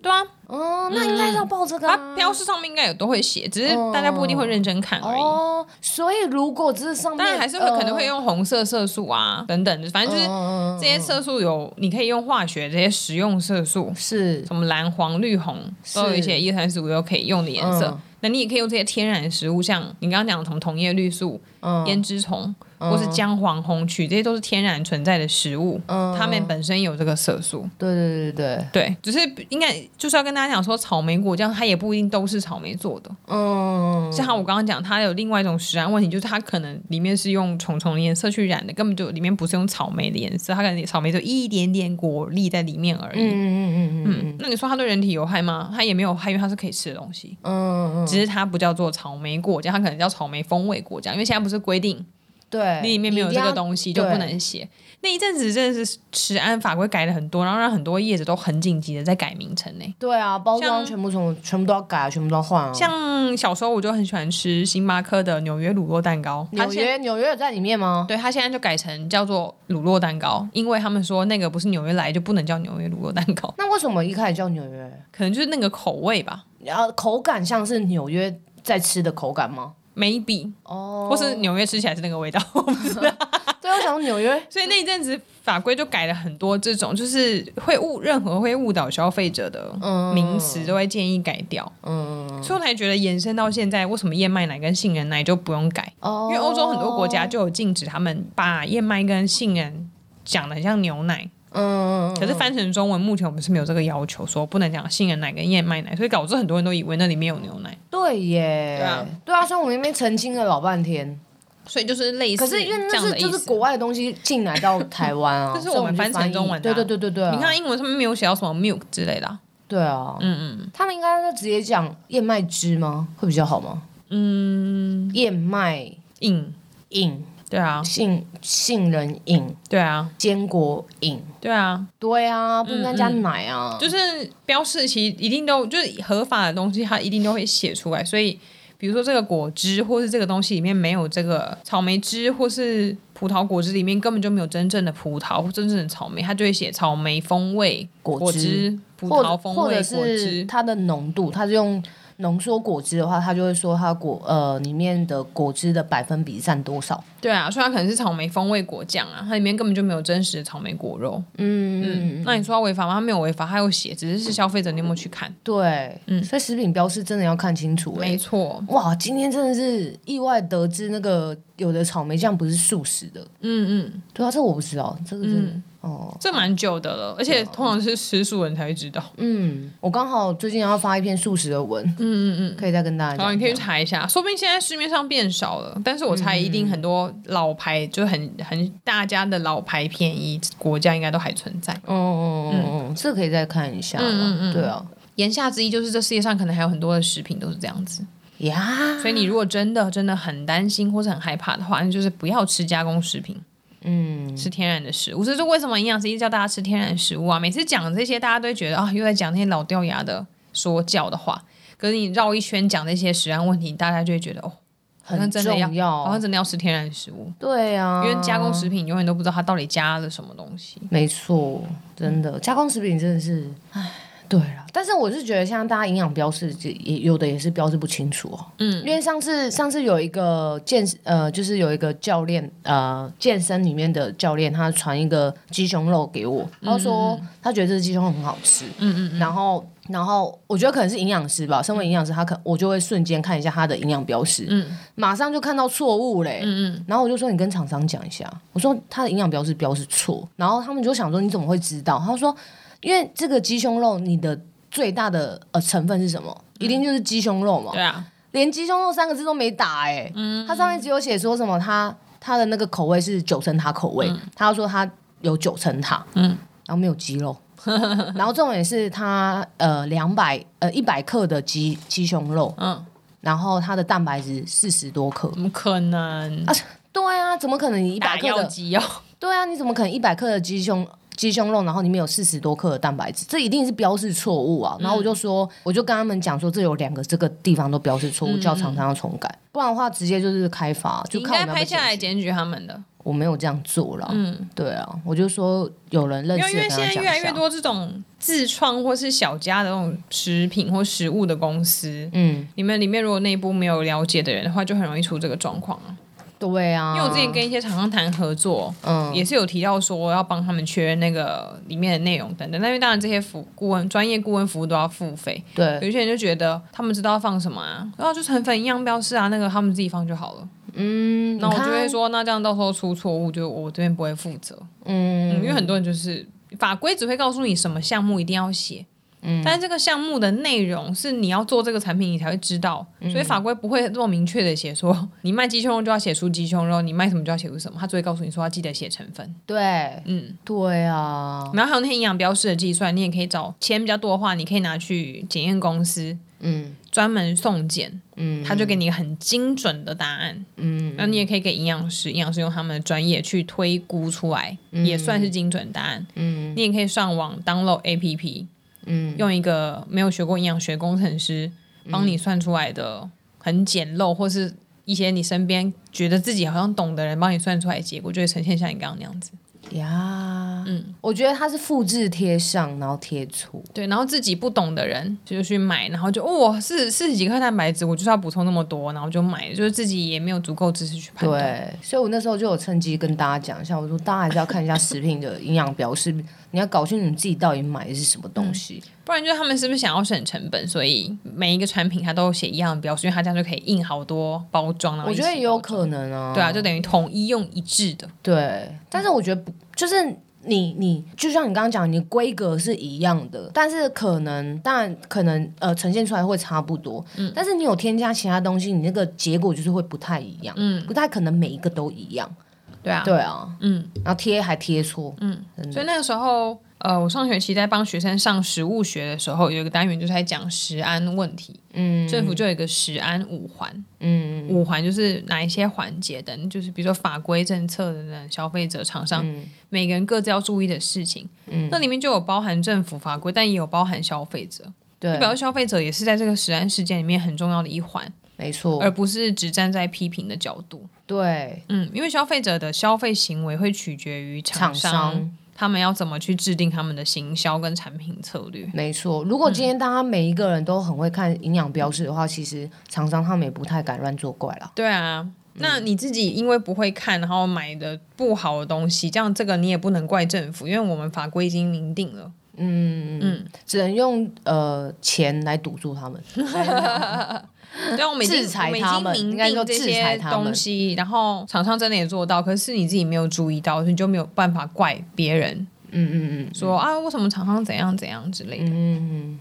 Speaker 2: 对啊，
Speaker 1: 哦，那应该要报这个、啊。
Speaker 2: 嗯它标识上面应该有都会写，只是大家不一定会认真看而已。
Speaker 1: 哦，所以如果只是上面，
Speaker 2: 当然还是会、呃、可能会用红色色素啊等等的，反正就是
Speaker 1: 嗯哦
Speaker 2: 这些色素有，你可以用化学这些食用色素，
Speaker 1: 是
Speaker 2: 什么蓝、黄、绿、红，都有一些一三四五都可以用的颜色。嗯、那你也可以用这些天然食物，像你刚刚讲的什么铜叶绿素、嗯、胭脂虫。或是姜黄红曲，这些都是天然存在的食物，嗯、它们本身有这个色素。
Speaker 1: 对对对对
Speaker 2: 对，只是应该就是要跟大家讲说，草莓果酱它也不一定都是草莓做的。嗯，像我刚刚讲，它有另外一种食安问题，就是它可能里面是用虫虫的颜色去染的，根本就里面不是用草莓的颜色，它可能草莓就一点点果粒在里面而已。嗯嗯嗯嗯嗯。那你说它对人体有害吗？它也没有害，因为它是可以吃的东
Speaker 1: 嗯
Speaker 2: 西。嗯嗯。只是它不叫做草莓果酱，它可能叫草莓风味果酱，因为现在不是规定。
Speaker 1: 对，
Speaker 2: 你里面没有
Speaker 1: 一
Speaker 2: 这
Speaker 1: 定
Speaker 2: 个
Speaker 1: 要
Speaker 2: 东西就
Speaker 1: 对
Speaker 2: 不能写。那一阵子真的是食安法规改了很多，然后让很多业者都很紧急的在改名称呢、
Speaker 1: 对啊，包
Speaker 2: 像
Speaker 1: 装全部从全部都要改啊，全部都要换啊。
Speaker 2: 像小时候我就很喜欢吃星巴克的纽约乳酪蛋糕，它
Speaker 1: 纽
Speaker 2: 现
Speaker 1: 约，纽约有在里面吗？
Speaker 2: 对它现在就改成叫做乳酪蛋糕，因为他们说那个不是纽约来就不能叫纽约乳酪蛋糕，
Speaker 1: 那为什么一开始叫纽约？
Speaker 2: 可能就是那个口味吧
Speaker 1: 然后口感像是纽约在吃的口感吗？
Speaker 2: ，maybe，
Speaker 1: 哦，
Speaker 2: 或是纽约吃起来是那个味道，我不知道。
Speaker 1: 对，我想说纽 约
Speaker 2: 所以那一阵子法规就改了很多这种，就是会误任何会误导消费者的名词，都会建议改掉。嗯，所以我才觉得延伸到现在，为什么燕麦奶跟杏仁奶就不用改？
Speaker 1: 哦
Speaker 2: 因为欧洲很多国家就有禁止他们把燕麦跟杏仁讲的像牛奶。
Speaker 1: 嗯，
Speaker 2: 可是翻成中文，目前我们是没有这个要求，说不能讲杏仁奶跟燕麦奶，所以导致很多人都以为那里面有牛奶。
Speaker 1: 对耶，
Speaker 2: 对啊，
Speaker 1: 对啊，所以我们那边澄清了老半天。
Speaker 2: 所以就是类似，
Speaker 1: 可是因为
Speaker 2: 这
Speaker 1: 那
Speaker 2: 样
Speaker 1: 是
Speaker 2: 的意
Speaker 1: 就
Speaker 2: 思。
Speaker 1: 是国外的东西进来到台湾 啊，
Speaker 2: 这是
Speaker 1: 所以
Speaker 2: 我
Speaker 1: 我
Speaker 2: 们
Speaker 1: 去
Speaker 2: 翻成
Speaker 1: 译
Speaker 2: 中文的啊
Speaker 1: 对对对对对啊，
Speaker 2: 你看英文上面没有写到什么 milk 之类的、啊，
Speaker 1: 对啊，嗯嗯，他们应该是直接讲燕麦汁吗？会比较好吗？嗯，燕麦
Speaker 2: 硬，
Speaker 1: 饮、
Speaker 2: 对啊，
Speaker 1: 杏杏仁饮、
Speaker 2: 对啊，
Speaker 1: 坚果饮，
Speaker 2: 对啊，
Speaker 1: 对啊，不应该加
Speaker 2: 嗯
Speaker 1: 奶啊，
Speaker 2: 就是标示其实一定都就是合法的东西，它一定都会写出来。所以，比如说这个果汁，或是这个东西里面没有这个草莓汁，或是葡萄果汁里面根本就没有真正的葡萄或真正的草莓，它就会写草莓风味
Speaker 1: 果
Speaker 2: 果
Speaker 1: 汁
Speaker 2: 汁、葡
Speaker 1: 或
Speaker 2: 萄
Speaker 1: 者
Speaker 2: 风
Speaker 1: 或
Speaker 2: 味
Speaker 1: 者
Speaker 2: 果
Speaker 1: 是
Speaker 2: 汁。
Speaker 1: 它的浓度，它是用浓缩果汁的话，它就会说它果呃里面的果汁的百分比占多少。
Speaker 2: 对啊，所以它可能是草莓风味果酱啊，它里面根本就没有真实的草莓果肉。嗯嗯，那你说它违法吗？它没有违法，它有写，只是是消费者你有没有去看？
Speaker 1: 对，所以食品标示真的要看清楚、欸。
Speaker 2: 嗯没错，
Speaker 1: 哇，今天真的是意外得知那个有的草莓酱不是素食的。嗯嗯，对啊，这我不知道，这个真的。
Speaker 2: 嗯
Speaker 1: 哦，
Speaker 2: 这蛮久的了，而且通常是吃素人才会知道。
Speaker 1: 嗯，我刚好最近要发一篇素食的文，嗯嗯嗯，可以再跟大家
Speaker 2: 然
Speaker 1: 讲
Speaker 2: 后你
Speaker 1: 一
Speaker 2: 可
Speaker 1: 下。
Speaker 2: 以去查一下，说不定现在市面上变少了，但是我猜一定很多老牌，就很很大家的老牌便宜国家应该都还存在。
Speaker 1: 哦哦哦哦，嗯、这可以再看一下嘛。
Speaker 2: 嗯
Speaker 1: 对啊，
Speaker 2: 言下之意就是，这世界上可能还有很多的食品都是这样子，
Speaker 1: 呀，
Speaker 2: 所以你如果真的真的很担心或是很害怕的话，那就是不要吃加工食品。嗯，吃天然的食物，这就是为什么营养师一直叫大家吃天然食物啊。每次讲这些，大家都会觉得啊，又在讲那些老掉牙的说教的话。可是你绕一圈讲这些食安问题，大家就会觉得哦，好像
Speaker 1: 很
Speaker 2: 真的要
Speaker 1: 重
Speaker 2: 好像
Speaker 1: 要。
Speaker 2: 真的要吃天然食物，
Speaker 1: 对啊，
Speaker 2: 因为加工食品永远都不知道它到底加了什么东西。
Speaker 1: 没错，真的加工食品真的是，唉，对了。但是我是觉得，像大家营养标示也也有的也是标示不清楚哦。嗯，因为上次上次有一个健呃，就是有一个教练呃，健身里面的教练，他传一个鸡胸肉给我，他说他觉得这鸡胸肉很好吃。嗯嗯然后。然后我觉得可能是营养师吧，身为营养师，他可我就会瞬间看一下他的营养标识，嗯，马上就看到错误嘞，然后我就说你跟厂商讲一下，我说它的营养标示标示错，然后他们就想说你怎么会知道？他说因为这个鸡胸肉你的最大的呃成分是什么？一定就是鸡胸肉嘛，
Speaker 2: 对啊，
Speaker 1: 连鸡胸肉三个字都没打哎、
Speaker 2: 嗯
Speaker 1: 它上面只有写说什么它它的那个口味是九层塔口味，
Speaker 2: 嗯
Speaker 1: 他说它有九层塔，嗯，然后没有鸡肉。然后重点是它呃两百呃一百克的鸡鸡胸肉，
Speaker 2: 嗯，
Speaker 1: 然后它的蛋白质四十多克，
Speaker 2: 怎么可能？
Speaker 1: 对啊，怎么可能你一
Speaker 2: 打
Speaker 1: 百克
Speaker 2: 药
Speaker 1: 的？
Speaker 2: 剂哦，
Speaker 1: 对啊，你怎么可能一百克的鸡胸鸡胸肉，然后里面有四十多克的蛋白质？这一定是标示错误啊！然后
Speaker 2: 嗯
Speaker 1: 我就说，我就跟他们讲说，这有两个这个地方都标示错误，叫厂商要重改，不然的话直接就是开罚，就
Speaker 2: 嗯你应
Speaker 1: 看
Speaker 2: 该
Speaker 1: 我们要不
Speaker 2: 拍
Speaker 1: 要
Speaker 2: 下来
Speaker 1: 检举。
Speaker 2: 检举他们的。
Speaker 1: 我没有这样做啦，嗯，对啊，我就说有人认
Speaker 2: 没有，
Speaker 1: 识
Speaker 2: 因
Speaker 1: 的
Speaker 2: 为
Speaker 1: 跟
Speaker 2: 现
Speaker 1: 他
Speaker 2: 在
Speaker 1: 讲
Speaker 2: 越
Speaker 1: 一
Speaker 2: 来越
Speaker 1: 下，
Speaker 2: 多这种自创或是小家的那种食品或食物的公司，
Speaker 1: 嗯，
Speaker 2: 你们里面如果内部没有了解的人的话，就很容易出这个状况啊。
Speaker 1: 对啊，
Speaker 2: 因为我之前跟一些厂商谈合作，
Speaker 1: 嗯
Speaker 2: 也是有提到说要帮他们确认那个里面的内容等等。但因为当然这些服顾问、专业顾问服务都要付费，
Speaker 1: 对，
Speaker 2: 有些人就觉得他们知道放什么啊，然后就成分营养标示啊，那个他们自己放就好了。
Speaker 1: 嗯，
Speaker 2: 那我就会
Speaker 1: 你看，
Speaker 2: 说，那这样到时候出错误，就我这边不会负责。嗯，因
Speaker 1: 嗯
Speaker 2: 为很多人就是法规只会告诉你什么项目一定要写，嗯，但是这个项目的内容是你要做这个产品你才会知道，所以法规不会这么明确的写说你卖鸡胸肉就要写出鸡胸肉，你卖什么就要写出什么，他只会告诉你说要记得写成分，
Speaker 1: 对，
Speaker 2: 嗯，
Speaker 1: 对啊，
Speaker 2: 然后还有那些营养标示的计算，你也可以找钱比较多的话，你可以拿去检验公司。
Speaker 1: 嗯，
Speaker 2: 专门送检，嗯，他就给你一个很精准的答案，嗯，那你也可以给营养师，营养师用他们的专业去推估出来，也算是精准答案，嗯，你也可以上网 download APP，嗯，用一个没有学过营养学工程师帮你算出来的很简陋或是。一些你身边觉得自己好像懂的人帮你算出来，结果就会呈现像你刚刚那样子。
Speaker 1: 呀，嗯，我觉得它是复制贴上，然后贴出。
Speaker 2: 对，然后自己不懂的人就去买，然后就哦，四四十几克蛋白质，我就是要补充那么多，然后就买，就是自己也没有足够知识去判断。
Speaker 1: 对，所以我那时候就有趁机跟大家讲一下，我说大家还是要看一下食品的营养标示，你要搞清楚你自己到底买的是什么东西。
Speaker 2: 不然就是他们是不是想要省成本，所以每一个产品它都写一样的标识，因为它这样就可以印好多包装。然后
Speaker 1: 我
Speaker 2: 一起
Speaker 1: 觉得也有
Speaker 2: 包装
Speaker 1: 可能啊，
Speaker 2: 嗯对啊，就等于统一用一致的。
Speaker 1: 对，但是我觉得不，就是你你就像你刚刚讲，你规格是一样的，但是可能当然可能呃呈现出来会差不多，
Speaker 2: 嗯
Speaker 1: 但是你有添加其他东西，你那个结果就是会不太一样，嗯，不太可能每一个都一样，
Speaker 2: 对啊，
Speaker 1: 对啊，
Speaker 2: 嗯，
Speaker 1: 然后贴还贴错，嗯，
Speaker 2: 所以那个时候，呃，我上学期在帮学生上食物学的时候，有一个单元就是在讲食安问题。嗯，政府就有一个食安五环。嗯，五环就是哪一些环节等，就是比如说法规政策等等，消费者、厂商、每个人各自要注意的事情。嗯，那里面就有包含政府法规，但也有包含消费者。
Speaker 1: 对
Speaker 2: 就，表示消费者也是在这个食安事件里面很重要的一环，
Speaker 1: 没错
Speaker 2: 而，不是只站在批评的角度。
Speaker 1: 对，
Speaker 2: 嗯，因为消费者的消费行为会取决于
Speaker 1: 厂
Speaker 2: 厂商
Speaker 1: 商。
Speaker 2: 他们要怎么去制定他们的行销跟产品策略。
Speaker 1: 没错，如果今
Speaker 2: 嗯
Speaker 1: 天大家每一个人都很会看营养标示的话，其实厂商他们也不太敢乱作怪了。
Speaker 2: 对啊，那
Speaker 1: 嗯
Speaker 2: 你自己因为不会看，然后买的不好的东西，这样这个你也不能怪政府，因为我们法规已经明定了。
Speaker 1: 只能用呃钱来堵住他们。
Speaker 2: 对啊，我们已经
Speaker 1: 制裁
Speaker 2: 我们已
Speaker 1: 他
Speaker 2: 经
Speaker 1: 们
Speaker 2: 明
Speaker 1: 应该
Speaker 2: 定
Speaker 1: 说
Speaker 2: 这
Speaker 1: 制
Speaker 2: 些
Speaker 1: 裁他们
Speaker 2: 东西，然后厂商真的也做到，可是你自己没有注意到，所以你就没有办法怪别人。嗯嗯嗯，说啊，为什么厂商怎样怎样之类的。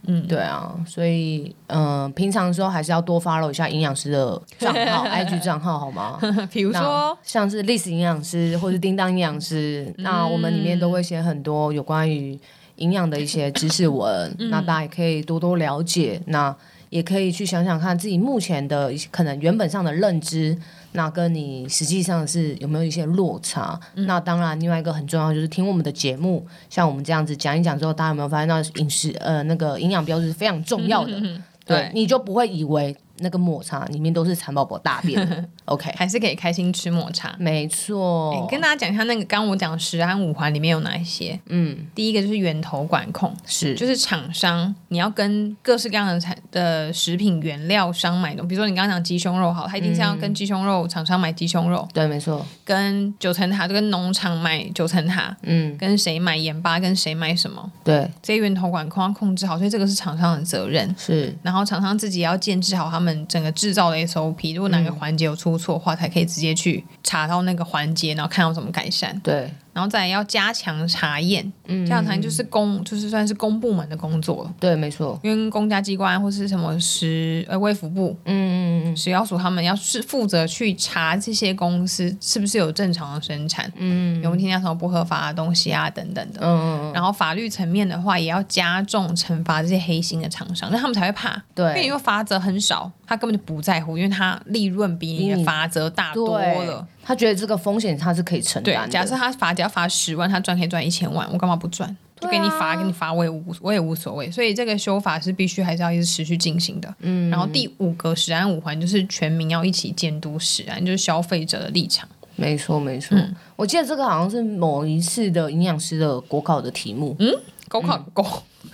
Speaker 2: 嗯
Speaker 1: 对啊，所以嗯、呃平常的时候还是要多 follow 一下营养师的账 号，IG 账号好吗？
Speaker 2: 比如说
Speaker 1: 嗯
Speaker 2: 嗯
Speaker 1: 那，像是历史营养师或是叮当营养师，那我们里面都会写很多有关于营养的一些知识文，
Speaker 2: 嗯
Speaker 1: 那大家也可以多多了解，那也可以去想想看自己目前的一些可能原本上的认知，那跟你实际上是有没有一些落差。
Speaker 2: 嗯
Speaker 1: 那当然，另外一个很重要就是听我们的节目，像我们这样子讲一讲之后，大家有没有发现到饮食呃那个营养标志是非常重要
Speaker 2: 嗯
Speaker 1: 的？对
Speaker 2: 对，
Speaker 1: 你就不会以为那个抹茶里面都是蚕宝宝大便 了。OK，
Speaker 2: 还是可以开心吃抹茶。
Speaker 1: 没
Speaker 2: 欸
Speaker 1: 错，
Speaker 2: 跟大家讲一下，那个刚刚我讲食安五环里面有哪一些？嗯，第一个就是源头管控，
Speaker 1: 是
Speaker 2: 就是厂商你要跟各式各样的产的食品原料商买东西，比如说你刚刚讲鸡胸肉好，它一定是要跟鸡胸肉厂商买鸡胸肉，
Speaker 1: 对，没错，
Speaker 2: 跟九层塔就跟农场买九层塔，
Speaker 1: 嗯，
Speaker 2: 跟谁买盐巴，跟谁买什么，
Speaker 1: 对，
Speaker 2: 这些源头管控要控制好，所以这个是厂商的责任。
Speaker 1: 是，
Speaker 2: 然后厂商自己也要建制好他们整个制造的 SOP，如果哪个环节有出错的话，才可以直接去查到那个环节，然后看要怎么改善。
Speaker 1: 对，
Speaker 2: 然后再来要加强查验，
Speaker 1: 嗯
Speaker 2: 加强查验就是公，就是算是公部门的工作了，
Speaker 1: 对，没错，
Speaker 2: 因为公家机关或是什么食呃卫福部、
Speaker 1: 嗯嗯嗯，
Speaker 2: 食药署他们要是负责去查这些公司是不是有正常的生产，嗯，有没有添加什么不合法的东西啊等等的。
Speaker 1: 嗯嗯，
Speaker 2: 然后法律层面的话，也要加重惩罚这些黑心的厂商，那他们才会怕。因为你
Speaker 1: 对，
Speaker 2: 说罚则很少，他根本就不在乎，因为他利润比你
Speaker 1: 比
Speaker 2: 的
Speaker 1: 你
Speaker 2: 罚则大多
Speaker 1: 对
Speaker 2: 了。，
Speaker 1: 他觉得这个风险他是可以承
Speaker 2: 对，
Speaker 1: 担的，
Speaker 2: 假设他罚只要罚十万，他赚可以赚一千万，我干嘛不赚？就
Speaker 1: 啊
Speaker 2: 给你罚，给你罚，我也无我也无所谓。所以这个修法是必须还是要一直持续进行的。嗯，然后第五个食安五环就是全民要一起监督食安，就是消费者的立场。
Speaker 1: 没错没错，
Speaker 2: 嗯
Speaker 1: 我记得这个好像是某一次的营养师的国考的题目，
Speaker 2: 嗯狗考狗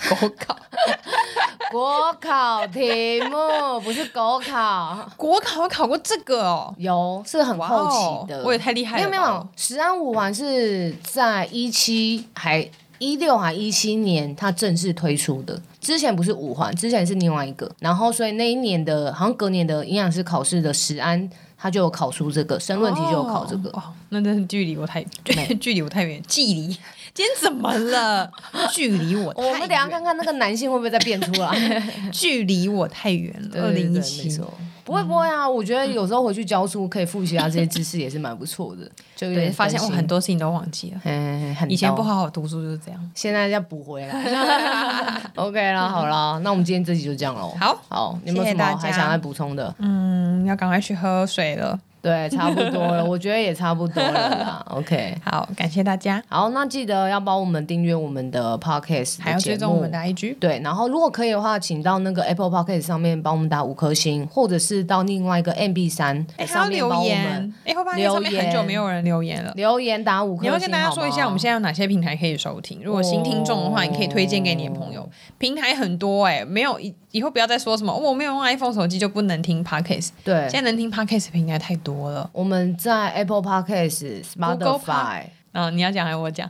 Speaker 2: 狗考
Speaker 1: 国考题目不是国考，
Speaker 2: 国考有考过这个哦，
Speaker 1: 有是很
Speaker 2: 哇
Speaker 1: 好
Speaker 2: 哦
Speaker 1: 奇的，，
Speaker 2: 我也太厉害
Speaker 1: 没
Speaker 2: 了
Speaker 1: 有
Speaker 2: 吧，哦
Speaker 1: 没有，食安五环是在一七还一六还一七年它正式推出的，之前不是五环，之前是另外一个。然后所以那一年的，好像隔年的营养师考试的食安，它就有考出这个，申论题就有考这个。
Speaker 2: 哦，哇那真是距离我太 距离我太远，距离今天怎么 了？距离我
Speaker 1: 我们
Speaker 2: 太
Speaker 1: 等一下
Speaker 2: 远，
Speaker 1: 看看那个男性会不会再变出来。
Speaker 2: 距离我太远了。
Speaker 1: 对
Speaker 2: 二
Speaker 1: 对对
Speaker 2: 零一
Speaker 1: 没
Speaker 2: 七，
Speaker 1: 错不会不会啊，我觉得有时候回去教书可以复习一下这些知识也是蛮不错的，就有
Speaker 2: 对，
Speaker 1: 点
Speaker 2: 发现我
Speaker 1: 更新
Speaker 2: 很多事情都忘记了，
Speaker 1: 嗯，很
Speaker 2: 以前
Speaker 1: 到
Speaker 2: 不好好读书就是这样。
Speaker 1: 现在要补回 来。OK 啦，好啦，那我们今天这集就这样喽。
Speaker 2: 好
Speaker 1: 好，你有没有
Speaker 2: 谢谢
Speaker 1: 什么
Speaker 2: 大家
Speaker 1: 还想再补充的？
Speaker 2: 嗯，要赶快去喝水了。
Speaker 1: 对，差不多了， 我觉得也差不多了啦。OK，
Speaker 2: 好，感谢大家，
Speaker 1: 好，那记得要帮我们订阅我们的 Podcast，的
Speaker 2: 还要追
Speaker 1: 节
Speaker 2: 踪我
Speaker 1: 目
Speaker 2: 们的 IG。
Speaker 1: 对，然后如果可以的话，请到那个 Apple Podcast 上面帮我们打五颗星，或者是到另外一个 MB 三
Speaker 2: 哎，还要
Speaker 1: 上面帮
Speaker 2: 留
Speaker 1: 我
Speaker 2: 言
Speaker 1: 们，
Speaker 2: 哎，会发现
Speaker 1: 留
Speaker 2: 上面很久
Speaker 1: 言
Speaker 2: 没有人留言了。
Speaker 1: 留言打五颗
Speaker 2: 你
Speaker 1: 星。
Speaker 2: 要跟大家说一下，我们现
Speaker 1: 在
Speaker 2: 在有哪些平台可以收听？如果新听众的话，你可以推荐给你的朋友。平台很多哎、没有以以后不要再说什么、哦我没有用 iPhone 手机就不能听 Podcast。
Speaker 1: 对
Speaker 2: 现，在能听 Podcast 平台太多了。
Speaker 1: 我们在 Apple Podcast、
Speaker 2: Google
Speaker 1: Spotify，
Speaker 2: 嗯、你要讲还是我 讲？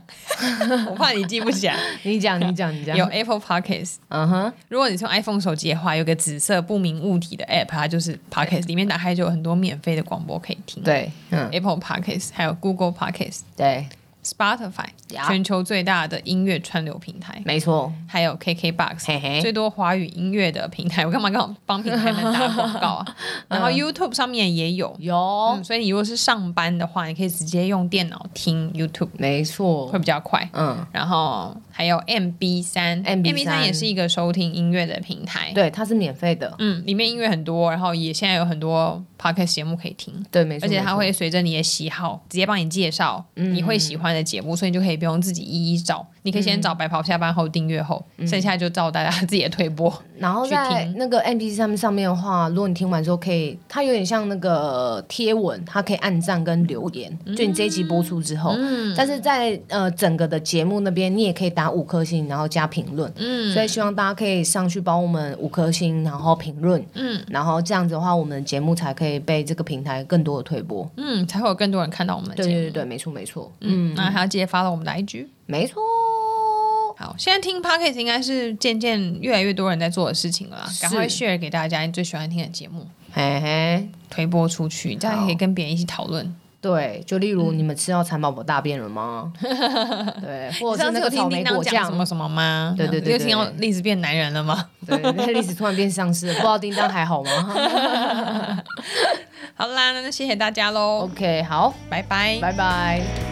Speaker 2: 我怕你记不 起来。
Speaker 1: 你讲，你讲，你讲。
Speaker 2: 有 Apple Podcast，
Speaker 1: 嗯哼，
Speaker 2: 如果你是用 iPhone 手机的话，有个紫色不明物体的 App，它就是 Podcast，里面打开就有很多免费的广播可以听。
Speaker 1: 对，嗯，
Speaker 2: Apple Podcast，还有 Google Podcast、
Speaker 1: 对，
Speaker 2: Spotify，
Speaker 1: 呀
Speaker 2: 全球最大的音乐串流平台。
Speaker 1: 没错，
Speaker 2: 还有 KKBOX，
Speaker 1: 嘿嘿
Speaker 2: 最多华语音乐的平台，我 干嘛刚好帮平台们打广告
Speaker 1: 嗯
Speaker 2: 啊？然后 YouTube 上面也有，
Speaker 1: 有，
Speaker 2: 嗯，所以你如果是上班的话，你可以直接用电脑听 YouTube
Speaker 1: 没错
Speaker 2: 会，比较快。
Speaker 1: 嗯，
Speaker 2: 然后还有 MB 三
Speaker 1: MB3
Speaker 2: 三也是一个收听音乐的平台，
Speaker 1: 对，它是免费的，
Speaker 2: 嗯，里面音乐很多，然后也现在有很多 podcast 节目可以听。
Speaker 1: 对，没错，嗯
Speaker 2: 而且它
Speaker 1: 没错
Speaker 2: 会随着你的喜好直接帮你介绍你会喜欢的节目，所以你就可以不用自己一一找，你可以
Speaker 1: 嗯
Speaker 2: 先找白袍下班后订阅后，剩下就照大家自己的推播。
Speaker 1: 然后
Speaker 2: 去
Speaker 1: 在
Speaker 2: 听
Speaker 1: 那个 M P 上面上面的话，如果你听完之后可以，它有点像那个贴文，它可以按赞跟留言。
Speaker 2: 嗯
Speaker 1: 就你这一集播出之后，但是在呃整个的节目那边，你也可以打五颗星，然后加评论。
Speaker 2: 嗯
Speaker 1: 所以希望大家可以上去帮我们五颗星，然后评论，
Speaker 2: 嗯
Speaker 1: 然后这样子的话，我们的节目才可以被这个平台更多的推播。
Speaker 2: 嗯，才会有更多人看到我们的
Speaker 1: 对
Speaker 2: 节
Speaker 1: 对
Speaker 2: 目。
Speaker 1: 对对，没错没错，
Speaker 2: 嗯，那还要记得发到我们的 IG。
Speaker 1: 没错。
Speaker 2: 好，现在听 podcast 应该是渐渐越来越多人在做的事情了啦，
Speaker 1: 是
Speaker 2: 赶快 share 给大家你最喜欢听的节目，
Speaker 1: 嘿嘿，
Speaker 2: 推播出去，这样也可以跟别人一起讨论。
Speaker 1: 对，就例如你们吃到蚕宝宝大便了 吗？对，或者是
Speaker 2: 上次
Speaker 1: 那
Speaker 2: 有
Speaker 1: 个
Speaker 2: 听
Speaker 1: 草
Speaker 2: 叮
Speaker 1: 莓
Speaker 2: 当
Speaker 1: 果
Speaker 2: 讲
Speaker 1: 酱
Speaker 2: 什么什么吗？
Speaker 1: 对对对
Speaker 2: 又听到
Speaker 1: 对
Speaker 2: 栗子变男人了吗？
Speaker 1: 对，那历史突然变丧尸了，不知道叮当还好 吗
Speaker 2: 好啦，那就谢谢大家喽，
Speaker 1: ？OK，好，
Speaker 2: 哦拜拜。
Speaker 1: 拜拜。